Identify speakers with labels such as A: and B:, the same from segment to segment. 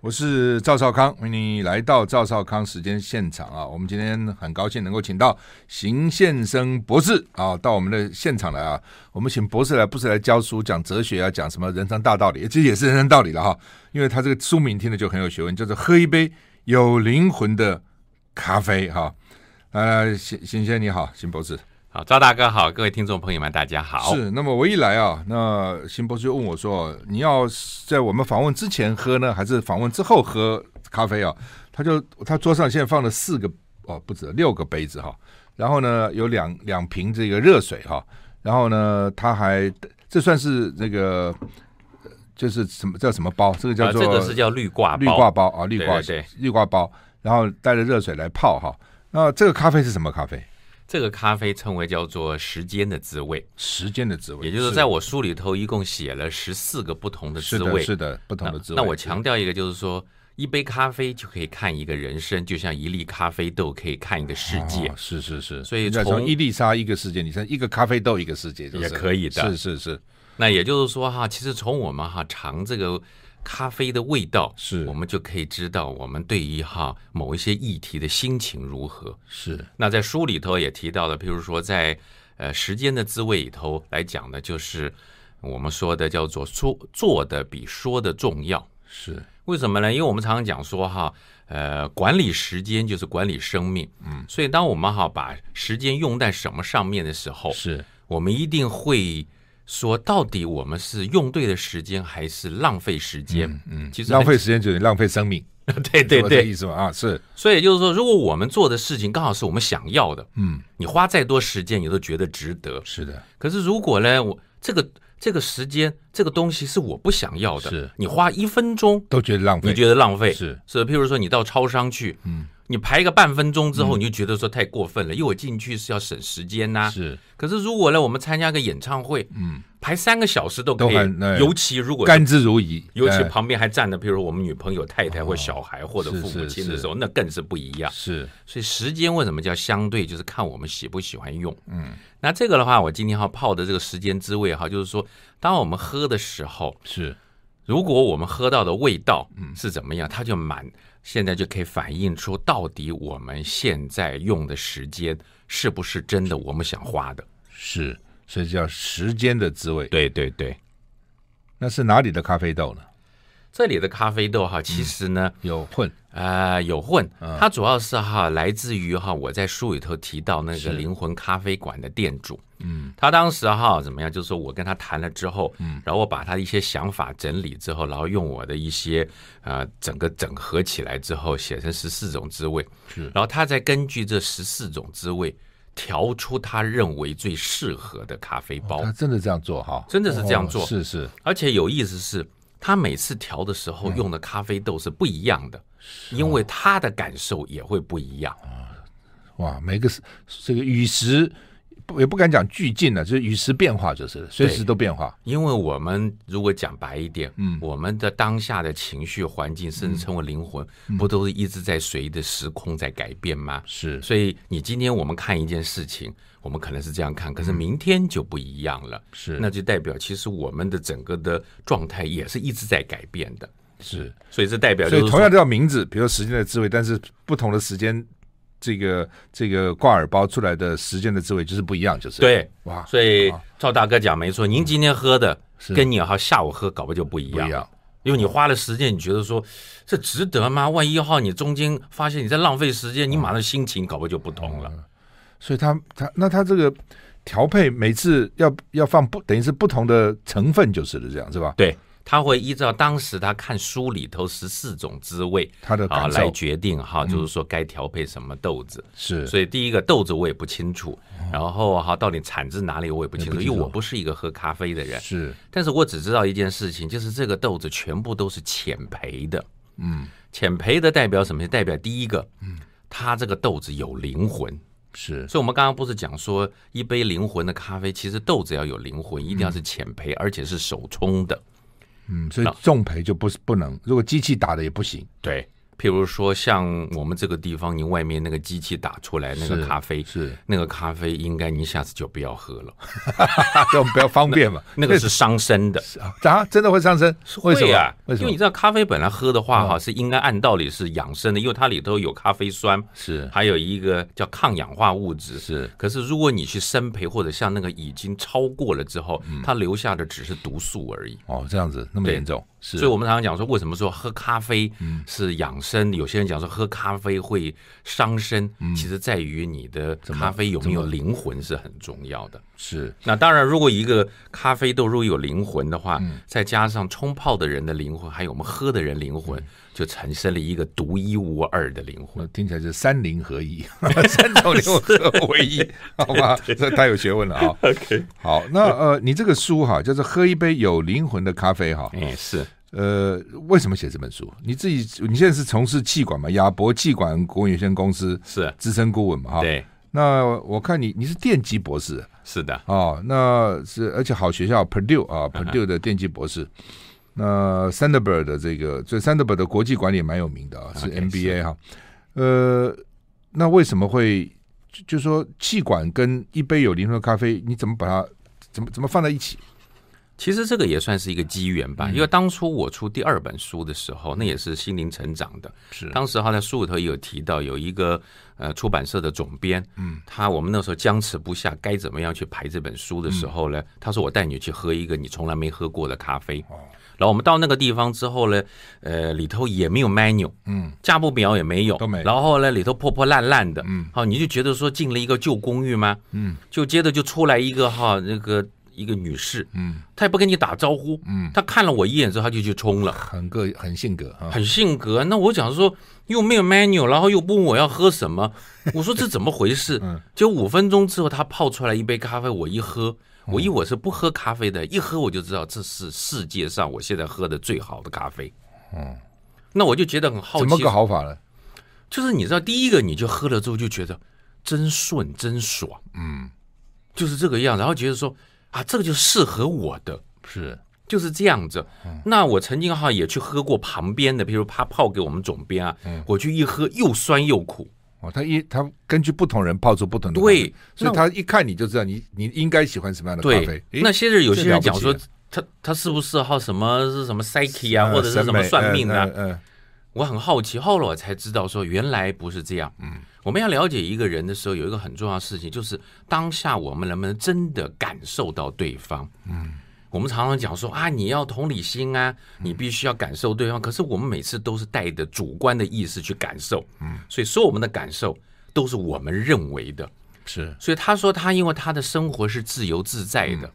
A: 我是赵少康，欢迎你来到赵少康时间现场啊！我们今天很高兴能够请到邢宪生博士啊，到我们的现场来啊。我们请博士来，不是来教书、讲哲学啊，讲什么人生大道理，其实也是人生道理了哈。因为他这个书名听的就很有学问，叫做“喝一杯有灵魂的咖啡”哈。呃，邢邢先生你好，邢博士。
B: 好，赵大哥好，各位听众朋友们，大家好。呃
A: 是，那么我一来啊，那邢博士就问我说：“你要在我们访问之前喝呢，还是访问之后喝咖啡啊？”他就他桌上现在放了四个哦，不止六个杯子哈、然后呢，有两两瓶这个热水哈、然后呢，他还这算是那个呃就是什么叫什么包？这个叫
B: 呃
A: 做、
B: 这个是叫绿挂包，
A: 绿挂包啊，绿挂
B: 对对
A: 绿挂包，然后带着热水来泡哈、那这个咖啡是什么咖啡？
B: 这个咖啡称为叫做时间的滋味，
A: 时间的滋味，
B: 也就是在我书里头一共写了十四个不同的
A: 是
B: 滋
A: 的，
B: 味。
A: 是的，不同的滋味。
B: 那我强调一个，就是说。一杯咖啡就可以看一个人生，就像一粒咖啡豆可以看一个世界。
A: 哦、是是是，
B: 所以
A: 应该
B: 从
A: 从伊丽莎一个世界，你像一个咖啡豆一个世界、就是，
B: 也可以的
A: 是是是，
B: 那也就是说哈，其实从我们哈尝这个咖啡的味道，
A: 是
B: 我们就可以知道我们对于哈某一些议题的心情如何。
A: 是
B: 那在书里头也提到了，譬如说在呃时间的滋味里头来讲呢，就是我们说的叫做说做的比说的重要。
A: 是
B: 为什么呢？因为我们常常讲说哈，呃，管理时间就是管理生命。嗯，所以当我们哈把时间用在什么上面的时候，
A: 是
B: 我们一定会说，到底我们是用对了时间还是浪费时间？嗯，其实很
A: 浪费时间就是浪费生命，
B: 对对
A: 是我这
B: 对
A: 意，思嘛啊，是
B: 所以就是说，如果我们做的事情刚好是我们想要的，
A: 嗯，
B: 你花再多时间，你都觉得值得。
A: 是的，
B: 可是如果呢，我这个这个时间这个东西是我不想要的，
A: 是
B: 你花一分钟，
A: 都觉得浪费，
B: 你觉得浪费？
A: 是
B: 是，譬如说你到超商去，嗯，你排个半分钟之后，你就觉得说太过分了，因为我进去是要省时间呐、
A: 嗯是
B: 可是如果呢，我们参加个演唱会，嗯，排三个小时都可
A: 都
B: 以
A: 很，哎
B: 尤其如果
A: 甘之如饴，
B: 尤其
A: 哎哦
B: 旁边还站着，譬如我们女朋友、太太或小孩或者
A: 是
B: 父母
A: 是
B: 亲的
A: 是
B: 时候，那更是不一样。
A: 是
B: 所以时间为什么叫相对，就是看我们喜不喜欢用。嗯，那这个的话，我今天哈泡的这个时间滋味哈，就是说，当我们喝的时候，
A: 是
B: 如果我们喝到的味道是怎么样，它就满，现在就可以反映出到底我们现在用的时间是不是真的我们想花的。
A: 是，所以叫时间的滋味。
B: 对对对，
A: 那是哪里的咖啡豆呢？
B: 这里的咖啡豆哈，其实呢，
A: 有混
B: 呃，有混，它主要是哈来自于哈我在书里头提到那个灵魂咖啡馆的店主，嗯，他当时哈怎么样，就是说我跟他谈了之后，嗯，然后我把他的一些想法整理之后，然后用我的一些呃整个整合起来之后，写成十四种滋味，
A: 是，
B: 然后他再根据这十四种滋味调出他认为最适合的咖啡
A: 哦
B: 包，
A: 他真的这样做哈，
B: 真的是这样做
A: 哦是是
B: 而且有意思是，他每次调的时
A: 嗯
B: 候用的咖啡豆是不一样的，
A: 啊
B: 因为他的感受也会不一样。
A: 哇，每个时这个与时不也不敢讲俱进了，就是与时变化，就是了随
B: 对
A: 时都变化。
B: 因为我们如果讲白一点，嗯，我们的当下的情绪环境，甚至称为灵魂，
A: 嗯
B: 不都是一直在随着时空在改变吗？
A: 是
B: 所以你今天我们看一件事情，我们可能是这样看，可是明天就不一样了。
A: 嗯是
B: 那就代表其实我们的整个的状态也是一直在改变的，
A: 是，
B: 所以这代表
A: 所
B: 就
A: 以
B: 是
A: 同
B: 说
A: 样都叫名字，比如说时间的滋味，但是不同的时间，这个这个挂耳包出来的时间的滋味就是不一样，就是
B: 对，
A: 哇，
B: 所以赵大哥讲没错，您今天喝的
A: 是
B: 跟你哈下午喝搞不就不
A: 嗯
B: 一
A: 不
B: 样？
A: 一样，
B: 因为你花了时间，你觉得说这值得吗？万一哈你中间发现你在浪费时
A: 嗯
B: 间，你马上心情搞不就不同了？
A: 所以它它那它这个调配每次要要放不等于是不同的成分就是了，这样是吧？
B: 对，他会依照当时他看书里头十四种滋味
A: 它的
B: 啊
A: 感
B: 来
A: 受嗯
B: 决定哈，就是说该调配什么豆子。
A: 是
B: 所以第一个豆子我也不清楚，然后哈到底产自哪里我也不清
A: 也
B: 楚，
A: 不
B: 因
A: 清楚
B: 为我不是一个喝咖啡的人。
A: 是
B: 但是我只知道一件事情，就是这个豆子全部都是浅培的。
A: 嗯
B: 浅培的代表什么？代表第一个，嗯，它这个豆子有灵魂。
A: 是
B: 所以我们刚刚不是讲说，一杯灵魂的咖啡，其实豆子要有灵魂，一定要是浅培，而且是手冲的。
A: 嗯，所以重培就不是不能，如果机器打的也不行，
B: 对，譬譬如说像我们这个地方，你外面那个机器打出来那个
A: 是
B: 咖啡，
A: 是，
B: 那个咖啡应该你下次就不要喝了，
A: 这种比较方便嘛。
B: 那个是伤身的。
A: 啊，真的会上升？为什
B: 会
A: 么？
B: 啊
A: 为什
B: 因
A: 么
B: 为
A: 嗯
B: 你？知道咖啡本来喝的话哈，是应该按道理是养生的，因为它里头有咖啡酸，
A: 是
B: 还有一个叫抗氧化物质。
A: 是
B: 可是如果你去生培或者像那个已经超过了之后，
A: 嗯
B: 它留下的只是毒素而已。
A: 哦，这样子那么
B: 对
A: 严重？是嗯
B: 所以我们常常讲说，为什么说喝咖啡是养生？有些人讲说喝咖啡会伤身，
A: 嗯
B: 其实在于你的咖啡有没有灵魂是很重要的。
A: 是
B: 那当然，如果一个咖啡豆如果有灵魂的话，再加上冲泡的人的灵魂，还有我们喝的人灵魂，就产生了一个独一无二的灵魂。
A: 我呃听起来是三零合一， 三种灵合为一，好吧？ 这太有学问了啊！
B: OK，
A: 好，那呃，你这个书哈，叫做《喝一杯有灵魂的咖啡》哈，
B: 哎，是
A: 呃，为什么写这本书？你自己你现在是从事气管嘛？亚博气管股份有限公司
B: 是，
A: 资深顾问嘛？哈，。
B: 对，
A: 那我看你你是电机博士
B: 是的，
A: 哦，那是而且好学校 Purdue 啊，Purdue
B: 嗯
A: 的电机博士。那 Sanderberg 的这个，所以 Sanderberg 的国际管理也蛮有名的啊，是
B: OK，
A: MBA 哈。呃，那为什么会就就说气管跟一杯有灵魂的咖啡，你怎么把它怎么怎么放在一起？
B: 其实这个也算是一个机缘吧，因为当初我出第二本书的时候，那也是心灵成长的。
A: 是
B: 当时他在书里头也有提到，有一个呃出版社的总编，嗯，他我们那时候僵持不下，该怎么样去排这本书的时候
A: 嗯
B: 呢，他说我带你去喝一个你从来没喝过的咖啡。
A: 哦
B: 然后我们到那个地方之后呢，呃，里头也没有 menu，
A: 嗯，
B: 价目表也没有，
A: 都没有
B: 然后呢，里头破破烂烂的，嗯，好，你就觉得说进了一个旧公寓吗？嗯，就接着就出来一个哈那个一个女士，
A: 嗯，
B: 她也不跟你打招呼，嗯，她看了我一眼之后，她就去冲了。
A: 很个很性格啊，
B: 很性格。那我讲说又没有 menu，然后又不问我要喝什么， 我说这怎么回事？
A: 嗯
B: 就五分钟之后，他泡出来一杯咖啡，我一喝，
A: 嗯
B: 我因为我是不喝咖啡的，一喝我就知道这是世界上我现在喝的最好的咖啡。
A: 嗯，
B: 那我就觉得很好奇，
A: 怎么个好法呢？
B: 就是你知道，第一个你就喝了之后就觉得真顺真爽，
A: 嗯，
B: 就是这个样，然后觉得说啊，这个就适合我的，
A: 是嗯
B: 就是这样子。那我曾经哈也去喝过旁边的，比如他泡给我们总编啊，
A: 嗯
B: 我去一喝又酸又苦。
A: 哦，他一他根据不同人泡出不同的咖啡
B: 对，
A: 所以
B: 那
A: 他一看你就知道你你应该喜欢什么样的呃咖
B: 对
A: 啡。，诶
B: 那些人有些人讲
A: 这了
B: 说
A: 不起
B: 他他是不是哈什么是什么 psyche 啊，
A: 呃
B: 或者是
A: 审
B: 什么
A: 美
B: 算命
A: 嗯
B: 啊？
A: 嗯嗯
B: 我很好奇，后来我才知道说原来不是这样。嗯，我们要了解一个人的时候，有一个很重要的事情，就是当下我们能不能真的感受到对方。嗯。我们常常讲说啊，你要同理心啊，你必须要感受对方。可是我们每次都是带着主观的意识去感受，嗯，所以说我们的感受都是我们认为的，
A: 是
B: 所以他说他因为他的生活是自由自在的，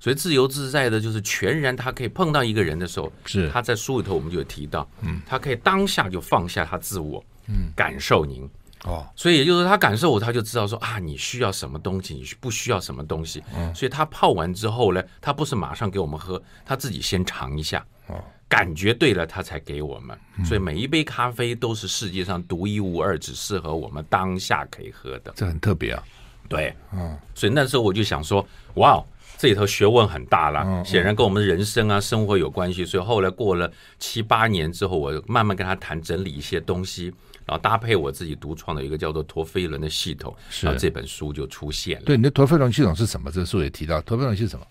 B: 所以自由自在的就是全然他可以碰到一个人的时候，
A: 是
B: 他在书里头我们就有提到，嗯，他可以当下就放下他自我，嗯，感受您。
A: 哦，
B: 所以也就是他感受我，他就知道说啊，你需要什么东西，你不需要什么东西。所以他泡完之后呢，他不是马上给我们喝，他自己先尝一下，
A: 哦
B: 感觉对了，他才给我们。所以每一杯咖啡都是世界上独一无二，只适合我们当下可以喝的。
A: 这很特别啊。
B: 对，
A: 嗯，
B: 所以那时候我就想说，哇，这里头学问很大
A: 嗯嗯
B: 啦，显然跟我们人生啊、生活有关系。所以后来过了七八年之后，我慢慢跟他谈整理一些东西，然后搭配我自己独创的一个叫做陀飞轮的系统，
A: 是
B: 然后这本书就出现了。
A: 对，你的陀飞轮系统是什么？这书也提到，陀飞轮是什么？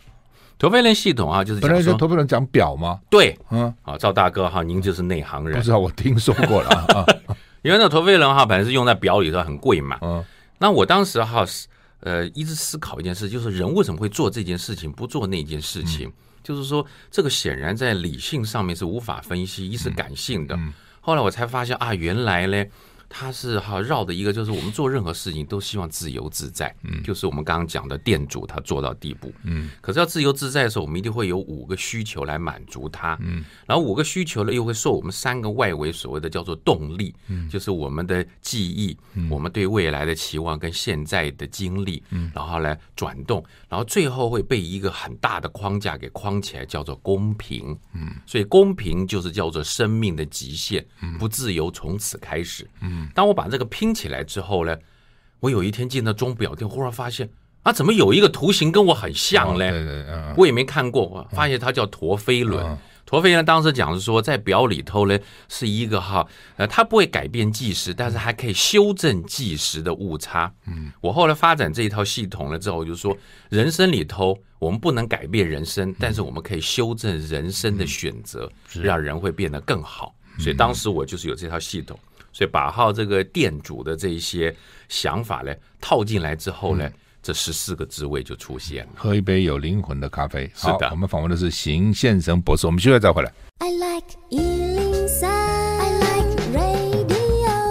B: 陀飞轮系统啊，就是
A: 本来
B: 讲
A: 是
B: 说，
A: 陀飞轮讲表吗？
B: 对，
A: 嗯，
B: 啊，赵大哥哈，您就是内行
A: 不
B: 人
A: 知，道，我听说过了 啊。啊
B: 因为那陀飞轮哈，本来是用在表里头，很贵嘛。
A: 嗯，
B: 那我当时哈，是呃，一直思考一件事，就是人为什么会做这件事情，不做那件事情？就是说，这个显然在理性上面是无法分析，一是感性的。后来我才发现啊，原来嘞，它是哈绕的一个，就是我们做任何事情都希望自由自在，嗯，就是我们刚刚讲的店主他做到地步，嗯，可是要自由自在的时候，我们一定会有五个需求来满足它，嗯，然后五个需求呢又会受我们三个外围所谓的叫做动力，嗯，就是我们的记忆，嗯，我们对未来的期望跟现在的经历，嗯，然后来转动，然后最后会被一个很大的框架给框起来，叫做公平，嗯，所以公平就是叫做生命的极限，不自由从此开始，嗯，当我把这个拼起来之后呢，我有一天进到钟表店，忽然发现啊，怎么有一个图形跟我很像嘞？
A: 对对，嗯，嗯嗯
B: 我也没看过，我发现它叫陀飞轮。陀飞呢，当时讲是说，在表里头呢是一个哈，呃，它不会改变计时，但是还可以修正计时的误差。嗯，我后来发展这一套系统了之后，我就说，人生里头我们不能改变人生，
A: 嗯
B: 但是我们可以修正人生的选择，让人会变得更好。
A: 嗯
B: 所以当时我就是有这套系统，所以把号这个店主的这一些想法呢套进来之后
A: 嗯
B: 呢，这十四个滋味就出现了。
A: 喝一杯有灵魂的咖啡。
B: 是的
A: 好我们访问的是邢宪生博士，我们休息了再回来。
C: I like Ealing Sound. I like radio.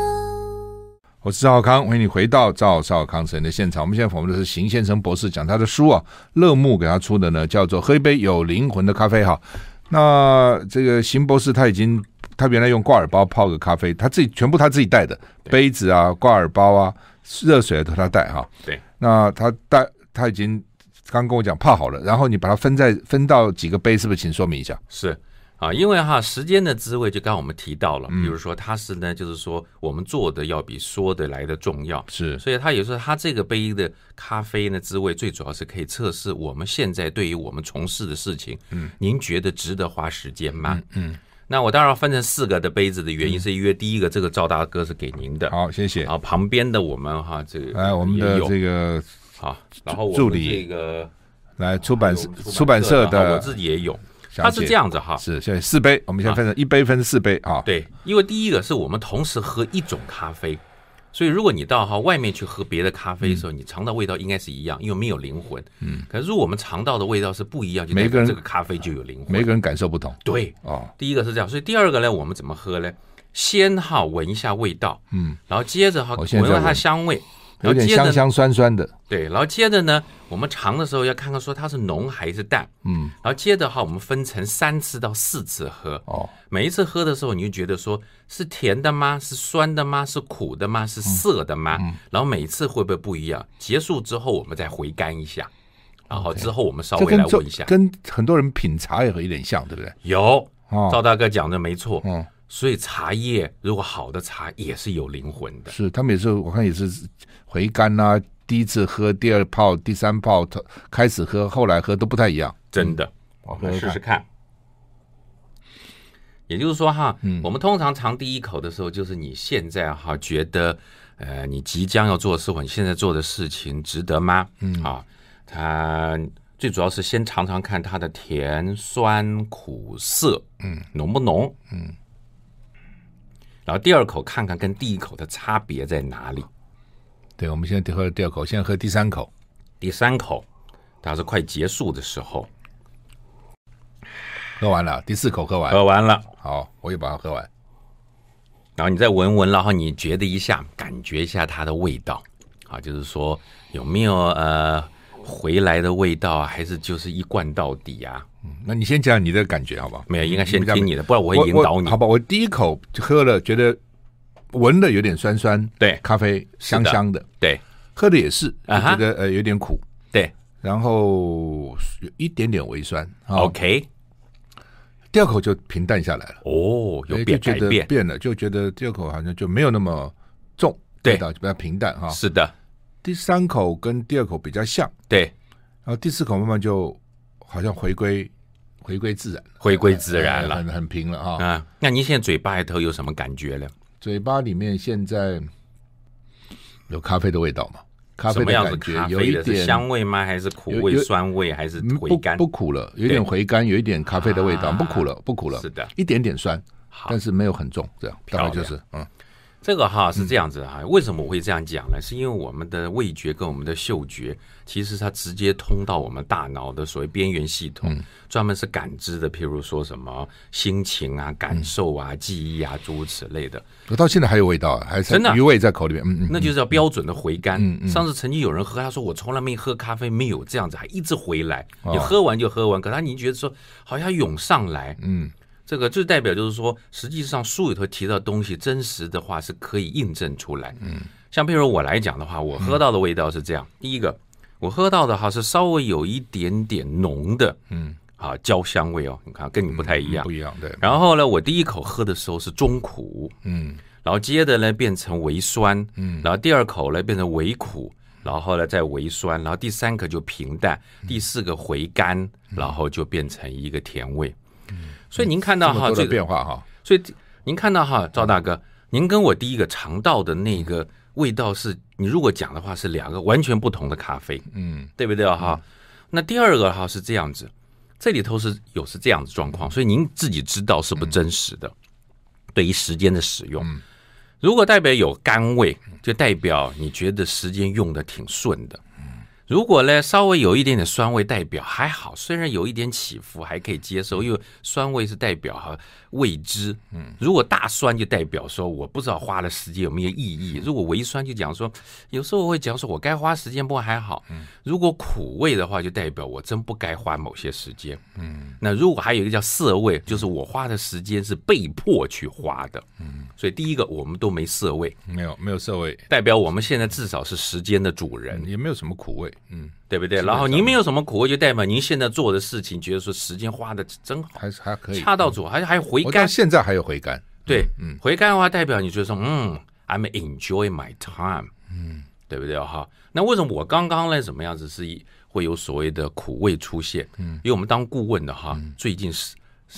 A: 我是赵少康，欢迎你回到赵少康神的现场。我们现在访问的是邢先生博士，讲他的书啊，乐木给他出的呢，叫做《喝一杯有灵魂的咖啡》哈。那这个邢博士他已经，他原来用挂耳包泡个咖啡，他自己全部他自己带的，杯子啊、挂耳包啊、热水啊都他带哈。
B: 对，
A: 那他带他已经刚跟我讲泡好了，然后你把它分在分到几个杯，是不是？请说明一下。
B: 是啊，因为哈时间的滋味，就刚刚我们提到了，比
A: 嗯
B: 如说它是呢，就是说我们做的要比说的来的重要，
A: 是
B: 所以它也说它这个杯的咖啡呢滋味，最主要是可以测试我们现在对于我们从事的事情，嗯，您觉得值得花时间吗？嗯。那我当然要分成四个的杯子的原因，是因为第一个，这个赵大哥是给您的，
A: 嗯好，谢谢。
B: 啊，旁边的我们哈，这个
A: 来，我们
B: 也
A: 的
B: 有
A: 这个
B: 好，然后我
A: 助
B: 们
A: 理
B: 这个
A: 来出版社
B: 还有
A: 出版社
B: 然啊后我
A: 的
B: 自己也有，
A: 小
B: 它
A: 姐
B: 是这样子哈，
A: 是，现在四杯，我们先分成一杯分四杯啊。，
B: 对，因为第一个是我们同时喝一种咖啡，所以如果你到哈外面去喝别的咖啡的
A: 嗯
B: 时候，你尝到味道应该是一样，因为没有灵魂。嗯，可是如果我们尝到的味道是不一样，就
A: 每
B: 代
A: 个
B: 表
A: 人
B: 这个咖啡就有灵魂。
A: 每个人感受不同
B: 对，
A: 哦。
B: 第一个是这样，所以第二个呢，我们怎么喝呢？先哈闻一下味道，
A: 嗯，
B: 然后接着哈
A: 我现在在
B: 闻闻它
A: 闻
B: 香味，
A: 有
B: 然后
A: 点
B: 接着
A: 香
B: 呢
A: 香酸酸的，
B: 对，然后接着呢，我们尝的时候要看看说它是浓还是淡，
A: 嗯，
B: 然后接着哈，我们分成三次到四次喝，
A: 哦，
B: 每一次喝的时候，你就觉得说是甜的吗？是酸的吗？是苦的吗？是涩的吗？
A: 嗯
B: 然后每一次会不会不一样？结束之后，我们再回甘一下，然后之后我们稍
A: 这
B: 微
A: 跟
B: 来
A: 做
B: 问一下。
A: 跟很多人品茶也有点像，对不对？
B: 有赵
A: 哦，
B: 大哥讲的没错，
A: 嗯，
B: 所以茶叶如果好的茶也是有灵魂的，
A: 是，他们也是，我看也是回甘啦、第一次喝，第二泡，第三泡，他开始喝，后来喝都不太一样。
B: 真的。
A: 我
B: 我
A: 喝
B: 们
A: 喝
B: 试试
A: 看，
B: 看。也就是说哈，我们通常尝第一口的时候，就是你现在哈觉得，呃，你即将要做的事或你现在做的事情值得吗？嗯啊，它最主要是先尝尝看它的甜、酸、苦、涩，嗯，浓不浓？嗯。然后第二口看看跟第一口的差别在哪里。
A: 对，我们现在喝第二口，现在喝第三口，
B: 第三口，它是快结束的时候，
A: 喝完了，第四口喝完，
B: 喝完了。
A: 好，我也把它喝完。
B: 然后你再闻闻，然后你觉得一下，感觉一下它的味道，啊，就是说有没有呃回来的味道啊，还是就是一贯到底啊？
A: 嗯那你先讲你的感觉好不好？
B: 没有，应该先
A: 比较
B: 听你的，不然我会引导你
A: 好。吧，我第一口就喝了，觉得闻了有点酸酸，
B: 对
A: 咖啡香香的，
B: 对
A: 喝的也是，就
B: 啊哈
A: 觉得呃有点苦，
B: 对
A: 然后有一点点微酸。啊
B: ，OK，
A: 第二口就平淡下来了，
B: 哦，有
A: 哎就
B: 变
A: 觉
B: 改
A: 得
B: 变，
A: 变了，就觉得第二口好像就没有那么重，
B: 对
A: 味道就比较平淡哈。
B: 是的，
A: 第三口跟第二口比较像，
B: 对，
A: 然后第四口慢慢就好像回归回归自然了，
B: 回归自然
A: 哎
B: 了
A: 很很平了啊。
B: 啊。那您现在嘴巴里头有什么感觉呢？
A: 嘴巴里面现在有咖啡的味道嘛？咖
B: 什
A: 啡
B: 么
A: 的
B: 样子
A: 感
B: 咖
A: 觉有
B: 啡
A: 一
B: 的是
A: 点
B: 香味吗？还是苦
A: 有
B: 味、
A: 有
B: 酸味，还是
A: 嗯
B: 回
A: 不
B: 甘
A: 不？苦了，有点
B: 对
A: 回甘，有一点咖啡的味道，
B: 啊
A: 不苦了，不苦了，
B: 是的
A: 一点点酸，
B: 好
A: 但是没有很重，这样大概
B: 漂亮
A: 就是嗯，
B: 这个哈是这样子哈，为什么我会这样讲呢？是因为我们的味觉跟我们的嗅觉，其实它直接通到我们大脑的所谓边缘系统，专门是感知的，譬如说什么心情啊、感受啊、记忆啊，诸如此类的，
A: 我到现在还有味道，啊还是
B: 真的啊
A: 余味在口里面，嗯嗯，
B: 那就是要标准的回甘。上次曾经有人喝，他说我从来没喝咖啡，没有这样子，还一直回来。
A: 哦
B: 你喝完就喝完，可他你觉得说好像涌上来，
A: 嗯，
B: 这个就代表就是说，实际上书里头提到的东西真实的话是可以印证出来。嗯，像譬如我来讲的话，我喝到的味道是这
A: 嗯
B: 样：第一个，我喝到的哈是稍微有一点点浓的，嗯，啊焦香味哦，你看跟你不太一样
A: 嗯不。一样，对，
B: 然后呢，我第一口喝的时候是中苦，
A: 嗯，
B: 然后接着呢变成微酸，嗯，然后第二口呢变成微苦，然后呢再微酸，
A: 嗯
B: 然后第三个就平淡，第四个回甘，然后就变成一个甜味。所以您看
A: 嗯这
B: 到
A: 么
B: 哈，
A: 多
B: 啊这
A: 的
B: 个
A: 变化嗯哈，
B: 所以您看到哈，赵大哥，您跟我第一个尝到的那个味道是，你如果讲的话是两个完全不同的咖啡，
A: 嗯
B: 对不对啊哈？那第二个哈是这样子，这里头是有是这样的状况，所以您自己知道是不真实的。对于时间的使用，
A: 嗯
B: 如果代表有干味，就代表你觉得时间用的挺顺的。如果呢稍微有一点点酸味，代表还好，虽然有一点起伏还可以接受，因为酸味是代表哈未知。嗯，如果大酸就代表说我不知道花了时间有没有意义。如果微酸就讲说，有时候我会讲说我该花时间不过还好。如果苦味的话，就代表我真不该花某些时间。
A: 嗯，
B: 那如果还有一个叫色味，就是我花的时间是被迫去花的。嗯，所以第一个我们都没色味，
A: 没有没有涩味，
B: 代表我们现在至少是时间的主人。
A: 也没有什么苦味，嗯，
B: 对不对？
A: 基本上
B: 然后您没有什么苦味，就代表您现在做的事情，觉得说时间花的真好，
A: 还是还可以，嗯
B: 恰到主，还还回
A: 我嗯到
B: 甘。
A: 现在还有回甘，
B: 对，回甘的话代表你觉得说，嗯，I'm enjoy my time，嗯，对不对哈？那为什么我刚刚呢怎么样子是一会有所谓的苦味出现？嗯，因为我们当顾问的哈，
A: 嗯
B: 最近是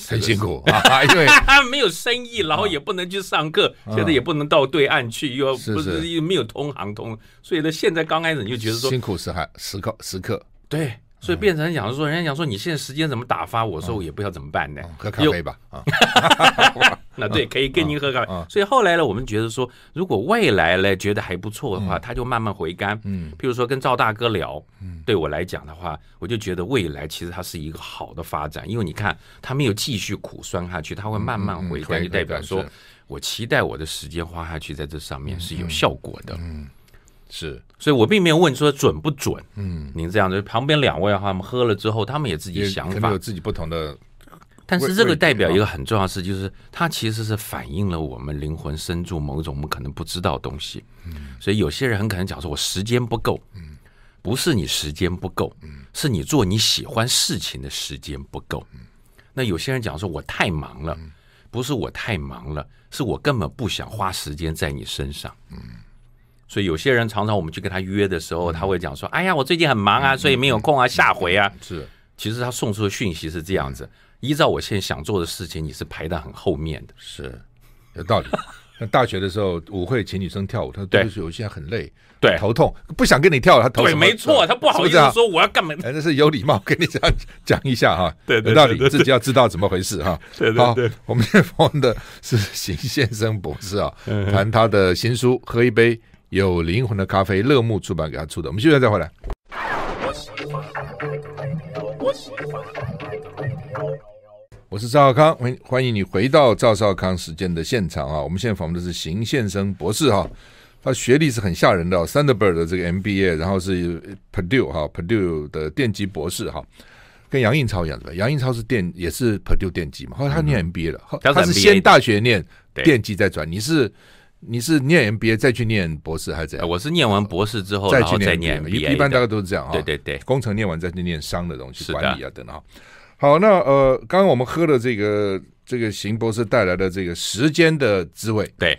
A: 很辛苦啊，因为
B: 啊，没有生意，然
A: 啊
B: 后也不能去上课，现在也不能到对岸去，又要
A: 是
B: 不
A: 是
B: 是又没有通航通，所以呢，现在刚开始 你就觉得说，
A: 辛苦时还时刻时刻，
B: 对，所以变成讲说，人家讲说你现在时间怎么打发？我说我也不知道怎么办呢
A: 嗯嗯，喝咖
B: 又
A: 啡吧啊，
B: 那对，可以跟您喝咖
A: 嗯
B: 啡。所以后来呢，我们觉得说，如果未来呢觉得还不错的话，他就慢慢回甘。
A: 嗯，
B: 譬如说跟赵大哥聊，对我来讲的话，我就觉得未来其实它是一个好的发展，因为你看他没有继续苦酸下去，他会慢慢
A: 嗯
B: 回
A: 嗯嗯
B: 甘，就代
A: 回
B: 表
A: 甘
B: 说
A: 是
B: 我期待我的时间花下去在这上面是有效果的。
A: 嗯是
B: 所以我并没有问说准不准。
A: 嗯，
B: 您这样子，旁边两位哈，他们喝了之后，他们也自己
A: 也
B: 想
A: 可能
B: 法
A: 有，自己不同的，
B: 但
A: 味
B: 是这
A: 味
B: 个
A: 觉
B: 代表
A: 啊
B: 一个很重要的事，就是它其实是反映了我们灵魂深处某一种我们可能不知道的东西。所以有些人很可能讲说，我时间不够。不是你时间不够，是你做你喜欢事情的时间不够。那有些人讲说，我太忙了，不是我太忙了，是我根本不想花时间在你身上。所以有些人常常我们去跟他约的时候，他会讲说：“哎呀，我最近很忙啊，所以没有空啊，下回啊。”
A: 是
B: 其实他送出的讯息是这样子：依照我现在想做的事情，你是排到很后面的。
A: 是有道 理。那大学的时候，舞会请女生跳舞，她说
B: 对
A: 对不起，我现在很累，
B: 对
A: 头痛，不想跟你跳，她头
B: 对，
A: 什么
B: 没错，他不好意思。
A: 是是啊
B: 说我要干嘛。
A: 哎，那是有礼貌，跟你这样讲一下哈，
B: 对对
A: 有道理
B: 对，对
A: 自己要知道怎么回事哈。
B: 对对
A: 好
B: 对，
A: 我们这访的是邢先生博士啊，
B: 嗯
A: 谈他的新书《喝一杯有灵魂的咖啡》，乐木出版给他出的。我们现在再回来。我是赵少康，欢迎欢迎你回到赵少康时间的现场啊！我们现在访问的是邢先生博士哈、他学历是很吓人的、哦、，Thunderbird 的这个 MBA，然后是 Purdue 哈、p u r d u e 的电机博士哈、跟杨应超一样对吧？杨应超是电也是 Purdue 电机嘛，后来他念 MBA 了，后
B: 嗯他是
A: 他是
B: MBA
A: 先大学念
B: 对
A: 电机再转，你是你是念 MBA 再去念博士还是怎
B: 呃
A: 样？
B: 我是念完博士之后，
A: 再
B: 然
A: 去
B: 后再念
A: MBA，嘛一
B: MBA
A: 一般大
B: 的
A: 概都是这样啊、
B: 对对对，
A: 工程念完再去念商的东西，
B: 是的
A: 管理啊等等哈。好，那呃，刚刚我们喝了这个这个邢博士带来的这个时间的滋味，
B: 对，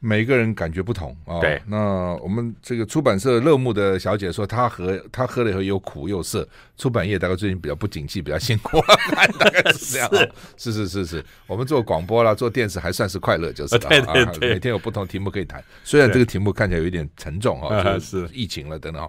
A: 每个人感觉不同啊。
B: 对
A: 那我们这个出版社乐木的小姐说，她喝她喝了以后又苦又涩，出版业大概最近比较不景气，比较辛苦， 大概是 这样啊。是是是是，我们做广播啦，做电视还算是快乐，就是了
B: 对对
A: 啊
B: 对
A: 每天有不同题目可以谈。虽然这个题目看起来有一点沉重啊，
B: 啊
A: 就是疫情了等等啊。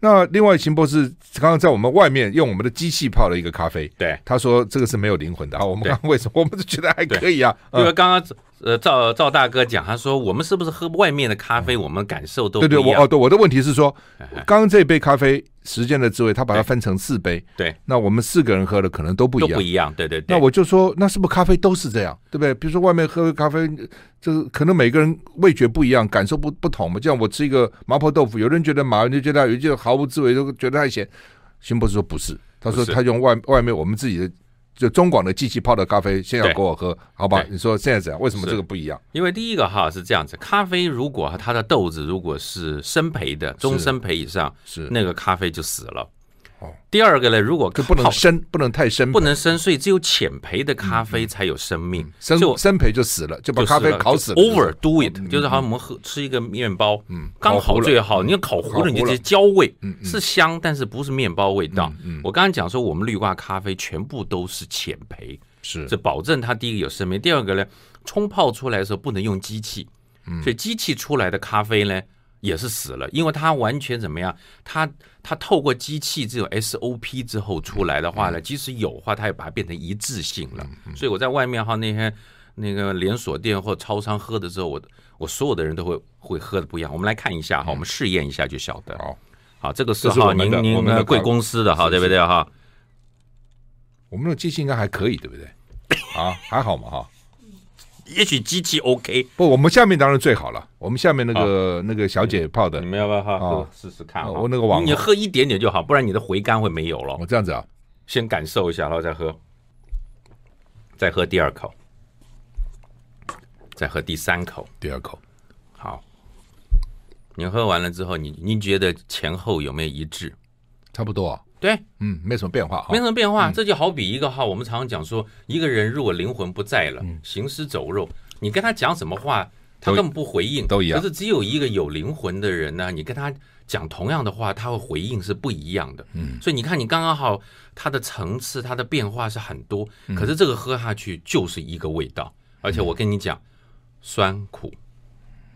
A: 那另外，秦博士刚刚在我们外面用我们的机器泡了一个咖啡，
B: 对
A: 他说这个是没有灵魂的啊。我们刚刚为什么我们就觉得还可以啊？
B: 因
A: 嗯
B: 为刚刚呃赵赵大哥讲，他说我们是不是喝外面的咖啡，我们感受都
A: 对对，
B: 不一
A: 我
B: 样嗯
A: 哦，对，我的问题是说，刚刚这杯咖啡时间的滋味，他把它分成四杯，
B: 对，
A: 那我们四个人喝的可能都不一
B: 都
A: 样
B: 不。一样。对对对，
A: 那我就说，那是不是咖啡都是这样，对不对？比如说外面喝咖啡，就是可能每个人味觉不一样，感受不不同嘛。就像我吃一个麻婆豆腐，有人觉得麻，有人觉得有人觉得毫无滋味，都觉得太咸。辛博士说不是，他说
B: 不是
A: 他用外外面我们自己的就中广的机器泡的咖啡，现在
B: 对
A: 给我喝，好吧？
B: 对
A: 你说现在怎样？为什么
B: 是
A: 这个不一样？
B: 因为第一个哈是这样子，咖啡如果它的豆子如果是生培的，中生培以上，
A: 是
B: 那个咖啡就死了。
A: 哦，
B: 第二个呢，如果
A: 这不能
B: 泡
A: 深，不能太深，
B: 不能深邃，只有浅焙的咖
A: 嗯
B: 啡才有生命，
A: 深
B: 就
A: 深培就死了，就把
B: 就
A: 咖
B: 是
A: 啡
B: 了
A: 烤
B: 就
A: 死了。嗯
B: overdo it，就是好像我们喝吃一个面包，嗯，刚
A: 烤糊
B: 好
A: 了嗯
B: 最好，你要烤糊
A: 烤
B: 了，你
A: 糊
B: 就
A: 了嗯
B: 直接焦味，是香，但是不是面包味道。我刚刚讲说，我们绿挂咖啡全部都是浅焙，
A: 是
B: 这保证它第一个有生命，第二个呢，冲泡出来的时候不能用机器，
A: 嗯
B: 所以机器出来的咖啡呢也是死了，因为它完全怎么样？它它透过机器这种 SOP 之后出来的话
A: 嗯
B: 呢，即使有的话，它也把它变成一致性了。所以我在外面哈那天那个连锁店或超商喝的时候，我我所有的人都会会喝的不一样。我们来看一下哈，我们试验一下就晓得。
A: 嗯好，
B: 好，这个是
A: 这是我
B: 哈
A: 们
B: 您
A: 的我
B: 您
A: 们的
B: 呃贵
A: 考
B: 公司的哈，对不对哈？
A: 我们的机器应该还可以，对不 对？啊，还好嘛哈。
B: 也许机器 OK，
A: 不，我们下面当然最好了。我们下面那个那个小姐泡的
B: 你，们要不要哈
A: 哦
B: 喝试试看哈？
A: 哦我那个网
B: 你喝一点点就好，不然你的回甘会没有了
A: 我。这样子啊，
B: 先感受一下，然后再喝，再喝第二口，再喝第三口。
A: 第二口
B: 好，你喝完了之后，你你觉得前后有没有一致？
A: 差不多啊，
B: 对，
A: 嗯，没什么变化啊
B: 没什。么变化。这就好比一个哈，我们常常讲说，一个人如果灵魂不在了，行尸走肉，你跟他讲什么话，他
A: 嗯都
B: 根本不回应，
A: 都一样
B: 可是只有一个有灵魂的人呢，你跟他讲同样的话，他会回应是不一样的。嗯，所以你看，你刚刚好，它的层次、它的变化是很多，
A: 嗯
B: 可是这个喝下去就是一个味道，而且我跟你讲，酸苦，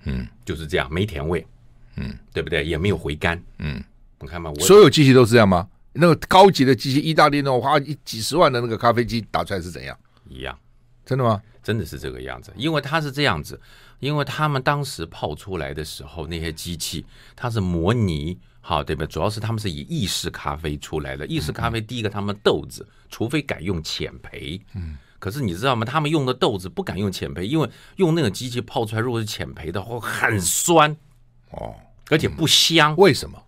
A: 嗯，
B: 就是这样，没甜味，
A: 嗯，
B: 对不对？也没有回甘，
A: 嗯，
B: 你看嘛，我
A: 所有机器都是这样吗？那个高级的机器，意大利那种花一几十万的那个咖啡机打出来是怎样？
B: 一样。
A: 真的吗？
B: 真的是这个样子，因为它是这样子，因为他们当时泡出来的时候，那些机器它是模拟，好对吧？主要是他们是以意式咖啡出来的，意式咖啡第一个他们豆子，除非改用浅焙，嗯。可是你知道吗？他们用的豆子不敢用浅焙，因为用那种机器泡出来，如果是浅焙的话，很酸，
A: 哦，
B: 而且不香。
A: 为什么？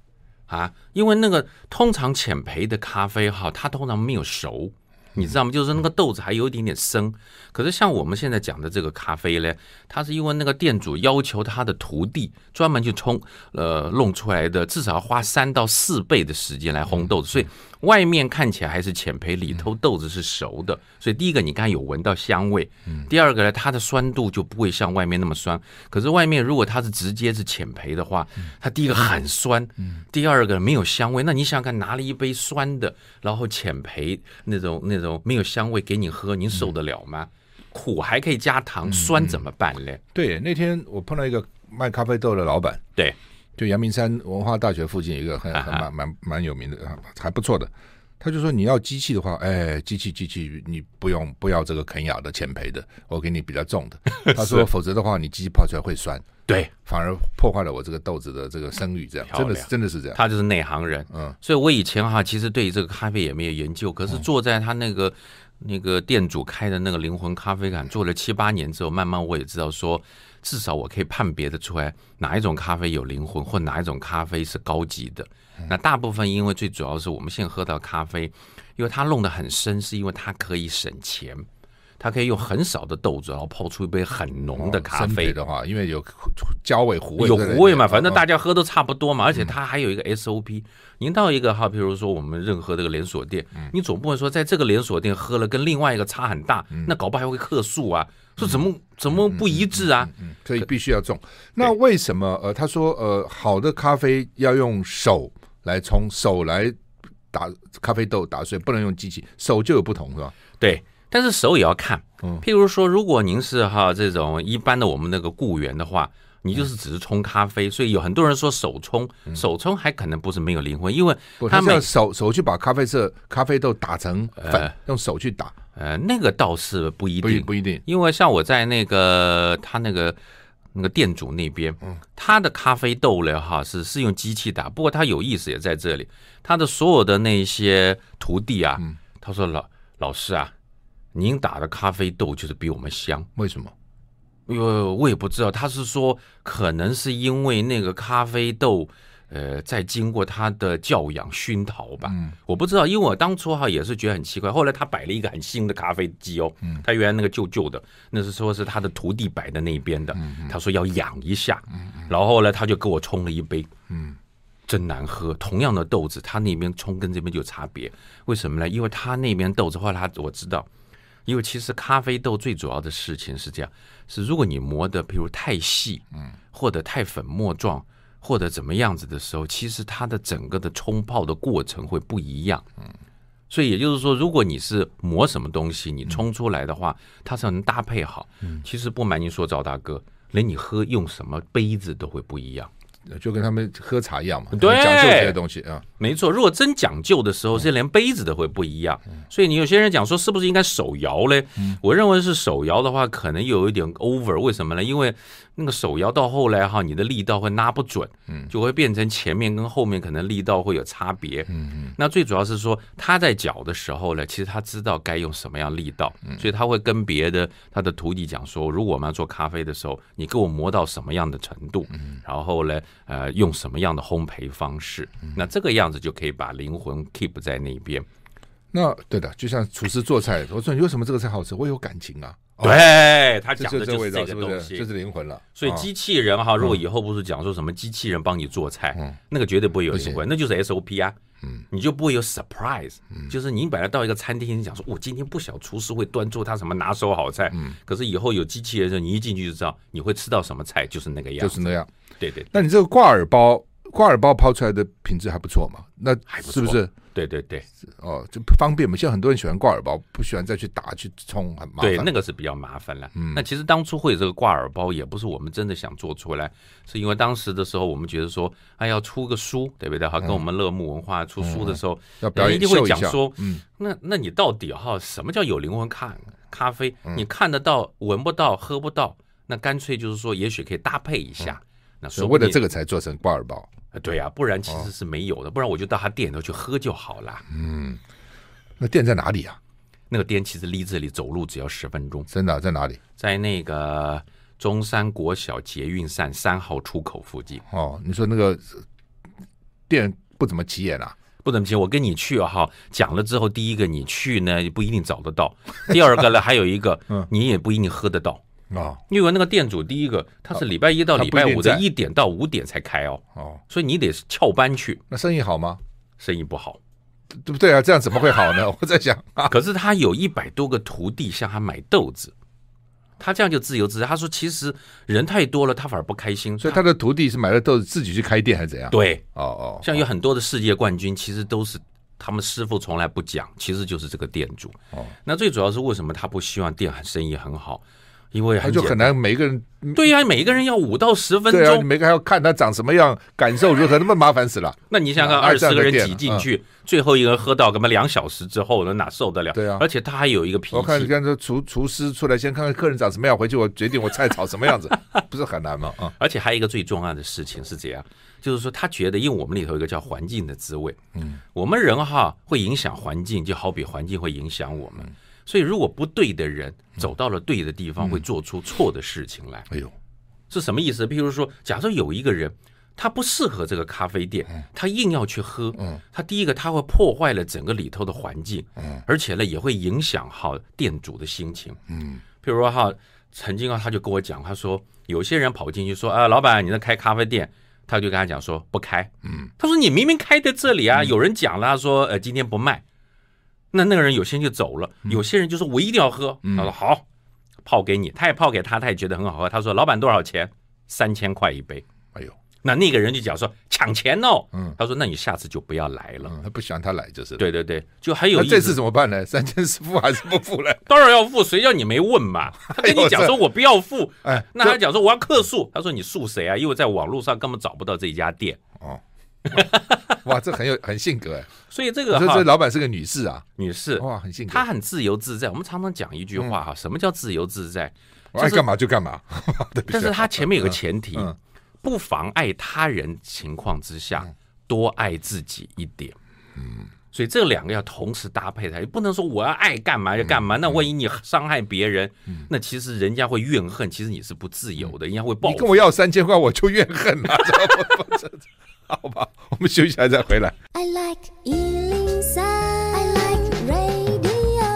B: 啊，因为那个通常浅焙的咖啡哈，它通常没有熟，你知道吗？就是那个豆子还有一点点生。可是像我们现在讲的这个咖啡嘞，它是因为那个店主要求他的徒弟专门去冲呃弄出来的，至少要花三到四倍的时间来烘豆子，所以外面看起来还是浅焙，里头豆子是熟的。所以第一个你刚才有闻到香味，第二个呢，它的酸度就不会像外面那么酸。可是外面如果它是直接是浅焙的话，它第一个很酸，第二个没有香味。那你想想看，拿了一杯酸的，然后浅焙那种那种没有香味给你喝，你受得了吗？苦还可以加糖，酸怎么办嘞？
A: 对，那天我碰到一个卖咖啡豆的老板，
B: 对，
A: 就阳明山文化大学附近有一个
B: 啊
A: 很很蛮蛮蛮有名的，啊还不错的。他就说你要机器的话，哎，机器机器你不用不要这个肯雅的浅焙的，我给你比较重 的。他说否则的话你机器泡出来会酸，
B: 对，
A: 反而破坏了我这个豆子的这个声誉，这样真的是
B: 漂亮
A: 真的是这样。
B: 他就是内行人。
A: 嗯，
B: 所以我以前哈，其实对于这个咖啡也没有研究，可是坐在他那个那个店主开的那个灵魂咖啡馆坐了七八年之后，慢慢我也知道说，至少我可以判别的出来哪一种咖啡有灵魂，或哪一种咖啡是高级的。
A: 嗯
B: 那大部分因为最主要是我们现在喝到咖啡，因为它弄得很深，是因为它可以省钱。它可以用很少的豆子，然后泡出一杯很浓的咖
A: 深
B: 啡
A: 哦焙，的话，因为有焦味糊味
B: 有
A: 在里
B: 糊味
A: 面
B: 嘛，反正
A: 嗯
B: 大家喝都差不多嘛，而且它还有一个 SOP。您到一个哈，比如说我们任何这个连锁店，
A: 嗯
B: 你总不会说在这个连锁店喝了跟另外一个差很大，
A: 嗯
B: 那搞不好还会客诉啊，说怎么怎么不一致啊？
A: 嗯所以必须要种。那为什么呃，他说呃，好的咖啡要用手来冲，手来打咖啡豆打碎，不能用机器，手就有不同是吧？
B: 对，但是手也要看
A: 嗯。
B: 譬如说，如果您是哈这种一般的我们那个雇员的话，你
A: 嗯
B: 就是只是冲咖啡，所以有很多人说手冲，手冲还可能不是没有灵魂，因为
A: 不，他
B: 他
A: 是
B: 每
A: 要手手去把咖啡色咖啡豆打成粉，用手去打，
B: 呃那个倒是不一
A: 不一
B: 定，
A: 不一定。
B: 因为像我在那个他那个那个店主那边，他的咖啡豆嘞哈是是用机器打，不过他有意思也在这里，他的所有的那些徒弟啊，他说老老师啊，您打的咖啡豆就是比我们香。
A: 为什么？
B: 哎呦，我也不知道，他是说可能是因为那个咖啡豆，呃，在经过他的教养熏陶吧，我不知道，因为我当初哈也是觉得很奇怪，后来他摆了一个很新的咖啡机哦，他原来那个旧旧的，那是说是他的徒弟摆的那边的，他说要养一下，然后呢他就给我冲了一杯，真难喝。同样的豆子，它那边冲跟这边就有差别，为什么呢？因为它那边豆子，后来它我知道，因为其实咖啡豆最主要的事情是这样：是如果你磨的，譬如太细，嗯，或者太粉末状，或者怎么样子的时候，其实它的整个的冲泡的过程会不一样，嗯。所以也就是说，如果你是磨什么东西，你冲出来的话，它是能搭配好。其实不瞒您说，赵大哥，连你喝用什么杯子都会不一样。
A: 就跟他们喝茶一样嘛，
B: 对
A: 讲究这些东西啊。
B: 没错，如果真讲究的时候，是连杯子都会不一样。所以你有些人讲说，是不是应该手摇嘞？我认为是手摇的话，可能有一点 over。为什么呢？因为那个手摇到后来哈，你的力道会拉不准，就会变成前面跟后面可能力道会有差别。那最主要是说他在搅的时候呢，其实他知道该用什么样力道，
A: 嗯
B: 所以他会跟别的他的徒弟讲说，如果我们要做咖啡的时候，你给我磨到什么样的程度，
A: 嗯
B: 然后呢，呃，用什么样的烘焙方式，
A: 嗯
B: 那这个样子就可以把灵魂 keep 在那边。
A: 那对的，就像厨师做菜，我说你为什么这个菜好吃？我有感情啊。哦，
B: 对他
A: 这
B: 讲
A: 就
B: 的
A: 是这
B: 就
A: 味
B: 是
A: 道，
B: 这
A: 是
B: 个
A: 不
B: 东
A: 是？这
B: 西。
A: 是灵魂了。
B: 所以
A: 啊
B: 机器人哈，如果以后不是讲说什么机器人帮你做菜，
A: 嗯
B: 那个绝对不会有灵魂，那就是 SOP 啊。你就不会有 surprise，、就是
A: 嗯
B: 你本来到一个餐厅，你想说，我哦今天不晓得厨师会端出他什么拿手好菜，
A: 嗯
B: 可是以后有机器人的时候，你一进去就知道你会吃到什么菜，就是那个样
A: 就
B: 子。
A: 是那样。
B: 对对
A: 那你这个挂耳包，挂耳包抛出来的品质还不错嘛？那
B: 还不
A: 是不
B: 错
A: 是？
B: 对对对
A: 哦，就方便嘛。现在很多人喜欢挂耳包，不喜欢再去打去冲，很麻烦。嗯
B: 对，那个是比较麻烦了。那其实当初会有这个挂耳包，也不是我们真的想做出来，是因为当时的时候，我们觉得说，哎，要出个书，对不对？
A: 嗯
B: 好，跟我们乐木文化出书的时候，
A: 要表演
B: 人一定会
A: 秀一
B: 讲
A: 下
B: 说，
A: 嗯，
B: 那那你到底哈，什么叫有灵魂咖咖啡？
A: 嗯
B: 你看得到、闻不到、喝不到，那干脆就是说，也许可以搭配一下。那
A: 所
B: 说
A: 以嗯为了
B: 不
A: 这个
B: 定，
A: 哦才做成挂耳包。
B: 呃对呀、不然其实是没有的，不然我就到他店里头去喝就好啦。
A: 嗯那店在哪里啊？
B: 那个店其实离这里走路只要十分钟，
A: 真的啊在哪里？
B: 在那个中山国小捷运站三号出口附近。
A: 哦，你说那个呃店不怎么起眼啊？
B: 不怎么行，我跟你去哈、讲了之后，第一个你去呢不一定找得到，第二个呢还有一个
A: 嗯
B: 你也不一定喝得到，
A: 哦
B: 因为那个店主第一个他是礼拜一到礼拜
A: 啊
B: 五
A: 他
B: 的
A: 不一
B: 一点到五点才开哦，
A: 哦，
B: 所以你得翘班去，
A: 那生意好吗？
B: 生意不好。
A: 对不对啊？这样怎么会好呢？ 我在想啊，
B: 可是他有一百多个徒弟向他买豆子，他这样就自由自在。他说其实人太多了，他反而不开心，
A: 所以他的徒弟是买了豆子自己去开店还是怎样？，
B: 对
A: 哦哦，
B: 像有很多的世界冠军，其实都是他们师傅从来不讲，其实就是这个店主。
A: 哦，
B: 那最主要是为什么他不希望店生意很好？因为
A: 他
B: 很
A: 就
B: 简
A: 很难每个人
B: 对呀、每个人要五到十分
A: 对啊，你
B: 钟。
A: 每个还要看他长什么样，感受如何，那么麻烦死了。
B: 那你想想看，
A: 哪有
B: 二
A: 这样
B: 十
A: 的
B: 个人
A: 店啊
B: 挤进去，最后一个人喝到什么两小时之后，那哪受得了？
A: 对啊
B: 而且他还有一个脾
A: 我看你
B: 气。
A: 看这厨厨师出来，先看看客人长什么样，回去我决定我菜炒什么 样子，不是很难吗？啊，
B: 而且还有一个最重要的事情是怎样？就是说，他觉得，因为我们里头有一个叫环境的滋味，嗯，我们人哈会影响环境，就好比环境会影响我
A: 嗯
B: 们。所以，如果不对的人走到了对的地方，会做出错的事情来。
A: 哎呦，
B: 是什么意思？譬如说，假设有一个人他不适合这个咖啡店，
A: 嗯
B: 他硬要去喝，他第一个他会破坏了整个里头的环境，而且呢也会影响好店主的心情。
A: 嗯，
B: 譬如说哈，曾经啊他就跟我讲，他说有些人跑进去说啊，老板你在开咖啡店。他就跟他讲说不开，
A: 嗯，
B: 他说你明明开在这里啊，有人讲了，他说呃今天不卖，那那个人有些人就走了，
A: 嗯
B: 有些人就说我一定要喝，他说好，泡给你，他也泡给他，他也觉得很好喝。他说：“老板多少钱？三千块一杯。
A: 哎呦，”
B: 那那个人就讲说：“抢钱哦。”
A: 嗯
B: 他说：“那你下次就不要来了。
A: 嗯，他不喜欢他来就是。，
B: 对对对，就还有
A: 那
B: 意
A: 这
B: 思
A: 次怎么办呢？三千是付还是不付 呢？
B: 当然要付，谁叫你没问嘛？他 跟
A: 哎
B: 你
A: 呦
B: 讲
A: 这
B: 说我不要付，
A: 哎，
B: 那他讲说我要客诉，他说你诉谁啊？因为在网络上根本找不到这一家店，
A: 哇，这很有很性格哎，
B: 所以这
A: 我
B: 个
A: 说
B: 哈
A: 这，老板是个女士啊，
B: 女士
A: 哇，很性格
B: 她，很自由自在。我们常常讲一句话
A: 嗯
B: 哈，什么叫自由自在？
A: 我爱
B: 就是
A: 干嘛就干 嘛。对不
B: 但是
A: 起，啊
B: 他前面有个前提
A: 嗯嗯，
B: 不妨碍他人情况之下，多爱自己一点。
A: 嗯
B: 所以这两个要同时搭配才，不能说我要爱干嘛
A: 嗯
B: 就干嘛。那万一你伤害别人，那其实人家会怨恨，其实你是不自由的，人家会报
A: 嗯你跟
B: 复。
A: 我要三千块，我就怨恨了， 知道吗这好吧，我们休息一下再回来。
C: I like Ealing Sound. I like radio.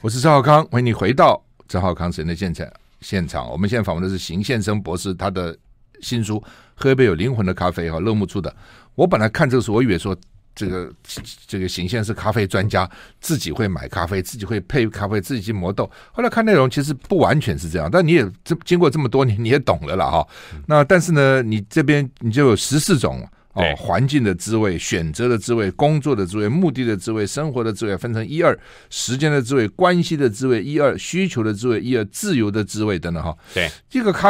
A: 我是赵浩康，欢迎你回到赵浩康神的现场。现场，我们现在访问的是邢先生博士，他的新书《喝一杯有灵魂的咖啡》哈，乐木出的。我本来看这个书，我以为说这个这个邢先生是咖啡专家，自己会买咖啡，自己会配咖啡，自己去磨豆。后来看内容，其实不完全是这样，但你也这经过这么多年，你也懂了啦哈。那但是呢，你这边你就有十四种。哦
B: 对，
A: 环境的滋味、选择的滋味、工作的滋味、目的的滋味、生活的滋味，分成一二；时间的滋味、关系的滋味一二；需求的滋味一二；自由的滋味等等哈。
B: 对。
A: 这个咖。